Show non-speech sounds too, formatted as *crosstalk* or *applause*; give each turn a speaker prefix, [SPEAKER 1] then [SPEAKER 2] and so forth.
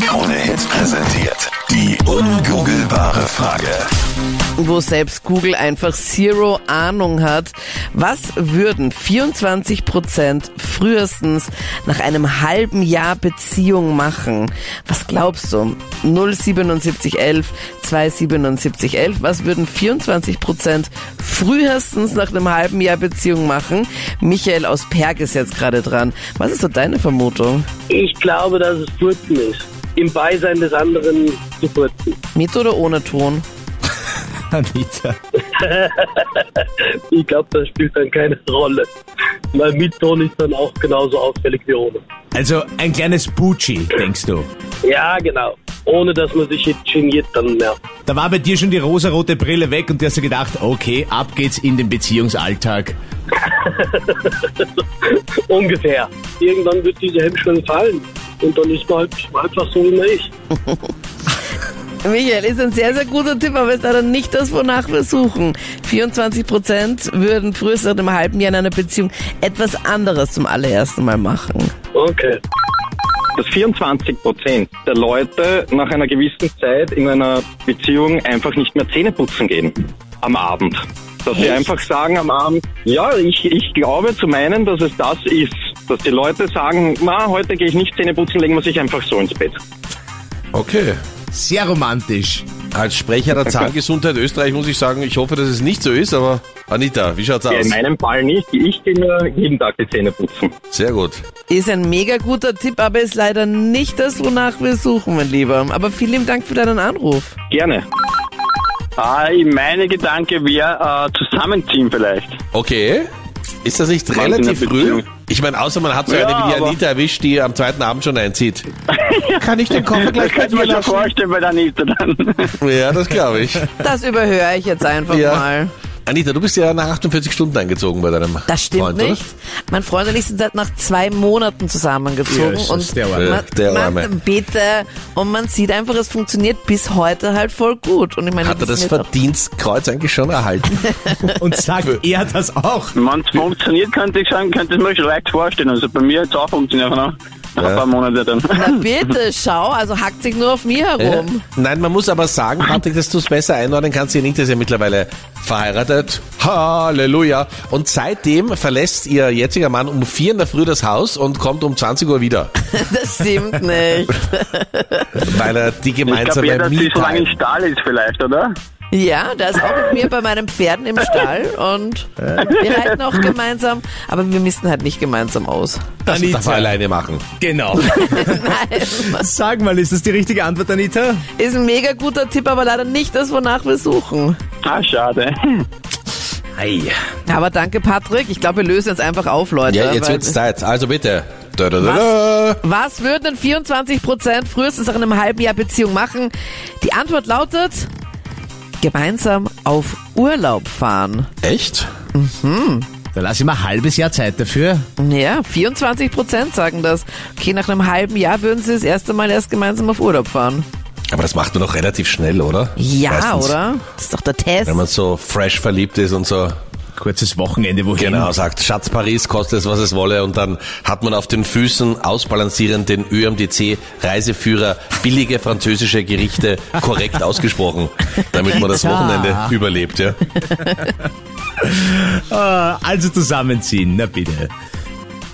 [SPEAKER 1] Krone Hits präsentiert die ungoogelbare Frage.
[SPEAKER 2] wo selbst Google einfach zero Ahnung hat. Was würden 24 Prozent frühestens nach einem halben Jahr Beziehung machen? Was glaubst du? 07711 27711. Was würden 24 Prozent frühestens nach einem halben Jahr Beziehung machen? Michael aus Perg ist jetzt gerade dran. Was ist so deine Vermutung?
[SPEAKER 3] Ich glaube, dass es Furzen ist. Im Beisein des anderen zu furzen.
[SPEAKER 2] Mit oder ohne Ton?
[SPEAKER 4] Anita.
[SPEAKER 3] Ich glaube, das spielt dann keine *laughs* Rolle. Weil mit Ton ist dann auch genauso auffällig wie ohne.
[SPEAKER 4] Also ein kleines Bucci, denkst du.
[SPEAKER 3] Ja, genau. Ohne, dass man sich jetzt geniert, dann nervt.
[SPEAKER 4] Da war bei dir schon die rosarote Brille weg und du hast dir gedacht, okay, ab geht's in den Beziehungsalltag.
[SPEAKER 3] Ungefähr. Irgendwann wird diese Hemmschwelle fallen. Und dann ist man halt einfach so, wie man ist.
[SPEAKER 2] Michael, ist ein sehr, sehr guter Tipp, aber ist leider nicht das, wonach wir suchen. 24 Prozent würden frühestens nach einem halben Jahr in einer Beziehung etwas anderes zum allerersten Mal machen.
[SPEAKER 3] Okay.
[SPEAKER 5] dass 24 Prozent der Leute nach einer gewissen Zeit in einer Beziehung einfach nicht mehr Zähne putzen gehen am Abend. Dass sie einfach sagen am Abend, ja, ich, ich glaube zu meinen, dass es das ist. Dass die Leute sagen, na, heute gehe ich nicht Zähne putzen, legen wir sich einfach so ins Bett.
[SPEAKER 6] Okay.
[SPEAKER 4] Sehr romantisch.
[SPEAKER 6] Als Sprecher der Zahngesundheit Österreich muss ich sagen, ich hoffe, dass es nicht so ist, aber Anita, wie schaut's
[SPEAKER 5] Ja,
[SPEAKER 7] Also.
[SPEAKER 6] aus?
[SPEAKER 5] in meinem Fall nicht. Ich gehe mir jeden Tag die Zähne putzen.
[SPEAKER 6] Sehr gut.
[SPEAKER 2] Ist ein mega guter Tipp, aber ist leider nicht das, wonach wir suchen, mein Lieber. Aber vielen lieben Dank für deinen Anruf.
[SPEAKER 5] Gerne.
[SPEAKER 7] Ah, ich- meine Gedanke wäre, äh, zusammenziehen vielleicht.
[SPEAKER 6] Okay. Ist das nicht
[SPEAKER 5] in
[SPEAKER 6] relativ
[SPEAKER 5] der
[SPEAKER 6] früh?
[SPEAKER 5] Beziehung.
[SPEAKER 6] Ich meine, außer man hat so
[SPEAKER 7] Ja,
[SPEAKER 6] eine wie die
[SPEAKER 7] aber-
[SPEAKER 6] Anita erwischt, die am zweiten Abend schon einzieht.
[SPEAKER 7] *laughs*
[SPEAKER 6] Kann ich den Koffer
[SPEAKER 7] Das könnte man schon vorstellen bei der Anita dann.
[SPEAKER 6] Ja, das
[SPEAKER 7] *laughs*
[SPEAKER 6] glaube ich.
[SPEAKER 2] Das überhöre ich jetzt einfach
[SPEAKER 6] Ja.
[SPEAKER 2] mal.
[SPEAKER 6] Anita, du bist ja nach 48 Stunden eingezogen bei deinem
[SPEAKER 2] Das stimmt
[SPEAKER 6] Freund,
[SPEAKER 2] nicht. Mein Freund und ich sind seit nach zwei Monaten zusammengezogen.
[SPEAKER 4] Jesus,
[SPEAKER 2] und
[SPEAKER 4] der Arme.
[SPEAKER 2] man,
[SPEAKER 6] Der
[SPEAKER 2] man,
[SPEAKER 6] Arme.
[SPEAKER 2] bitte. Und man sieht einfach, es funktioniert bis heute halt voll gut. Und ich meine,
[SPEAKER 6] Oder? Hat er
[SPEAKER 2] wir
[SPEAKER 6] das
[SPEAKER 2] sind jetzt auch-
[SPEAKER 6] Verdienstkreuz eigentlich schon erhalten?
[SPEAKER 4] Und *laughs* sagt er das auch?
[SPEAKER 7] Wenn es funktioniert, könnte ich sagen, könnte ich mir schon leicht vorstellen. Also bei mir jetzt auch funktioniert noch. Nach ein paar Monaten dann.
[SPEAKER 2] Na bitte, schau, also hackt sich nur auf mir herum.
[SPEAKER 6] Nein, man muss aber sagen, Patrick, dass du es besser einordnen kannst. Ihr Nink ist ja mittlerweile verheiratet. Halleluja. Und seitdem verlässt ihr jetziger Mann um 4 in der Früh das Haus und kommt um 20 Uhr wieder,
[SPEAKER 2] Das stimmt nicht.
[SPEAKER 6] weil er die
[SPEAKER 7] Ich glaube eher,
[SPEAKER 6] gemeinsame
[SPEAKER 7] dass sie so lange im
[SPEAKER 6] Me-Time...
[SPEAKER 7] Stall ist vielleicht, oder?
[SPEAKER 2] Ja, der ist auch mit mir bei meinen Pferden im Stall und wir reiten auch gemeinsam, aber wir misten halt nicht gemeinsam aus. *laughs*
[SPEAKER 6] Das darf er alleine machen.
[SPEAKER 4] Genau. *laughs*
[SPEAKER 2] Nein.
[SPEAKER 4] Sag mal, ist das die richtige Antwort, Anita?
[SPEAKER 2] Ist ein mega guter Tipp, aber leider nicht das, wonach wir suchen.
[SPEAKER 7] Ah, schade.
[SPEAKER 4] Ei.
[SPEAKER 2] Aber danke, Patrick. Ich glaube, wir lösen jetzt einfach auf, Leute.
[SPEAKER 6] Ja, jetzt
[SPEAKER 2] weil-
[SPEAKER 6] wird's Zeit. Also bitte. Da, da, da, da.
[SPEAKER 2] Was, was würden denn 24% frühestens nach einem halben Jahr Beziehung machen? Die Antwort lautet, gemeinsam auf Urlaub fahren.
[SPEAKER 6] Echt?
[SPEAKER 4] Da lass ich mal ein halbes Jahr Zeit dafür.
[SPEAKER 2] Ja, 24 Prozent sagen das. Okay, nach einem halben Jahr würden sie das erste Mal erst gemeinsam auf Urlaub fahren.
[SPEAKER 6] Aber das macht man doch relativ schnell, oder?
[SPEAKER 2] Ja,
[SPEAKER 6] Meistens,
[SPEAKER 2] oder? Das ist doch der Test.
[SPEAKER 6] Wenn man so fresh verliebt ist und so
[SPEAKER 4] Kurzes Wochenende, wohin?
[SPEAKER 6] Genau, sagt Schatz Paris, kostet es, was es wolle. Und dann hat man auf den Füßen ausbalancierend den ÖMDC Reiseführer billige französische Gerichte korrekt ausgesprochen, damit man das
[SPEAKER 4] Ja.
[SPEAKER 6] Wochenende überlebt. Ja.
[SPEAKER 4] Ah, also zusammenziehen, na bitte.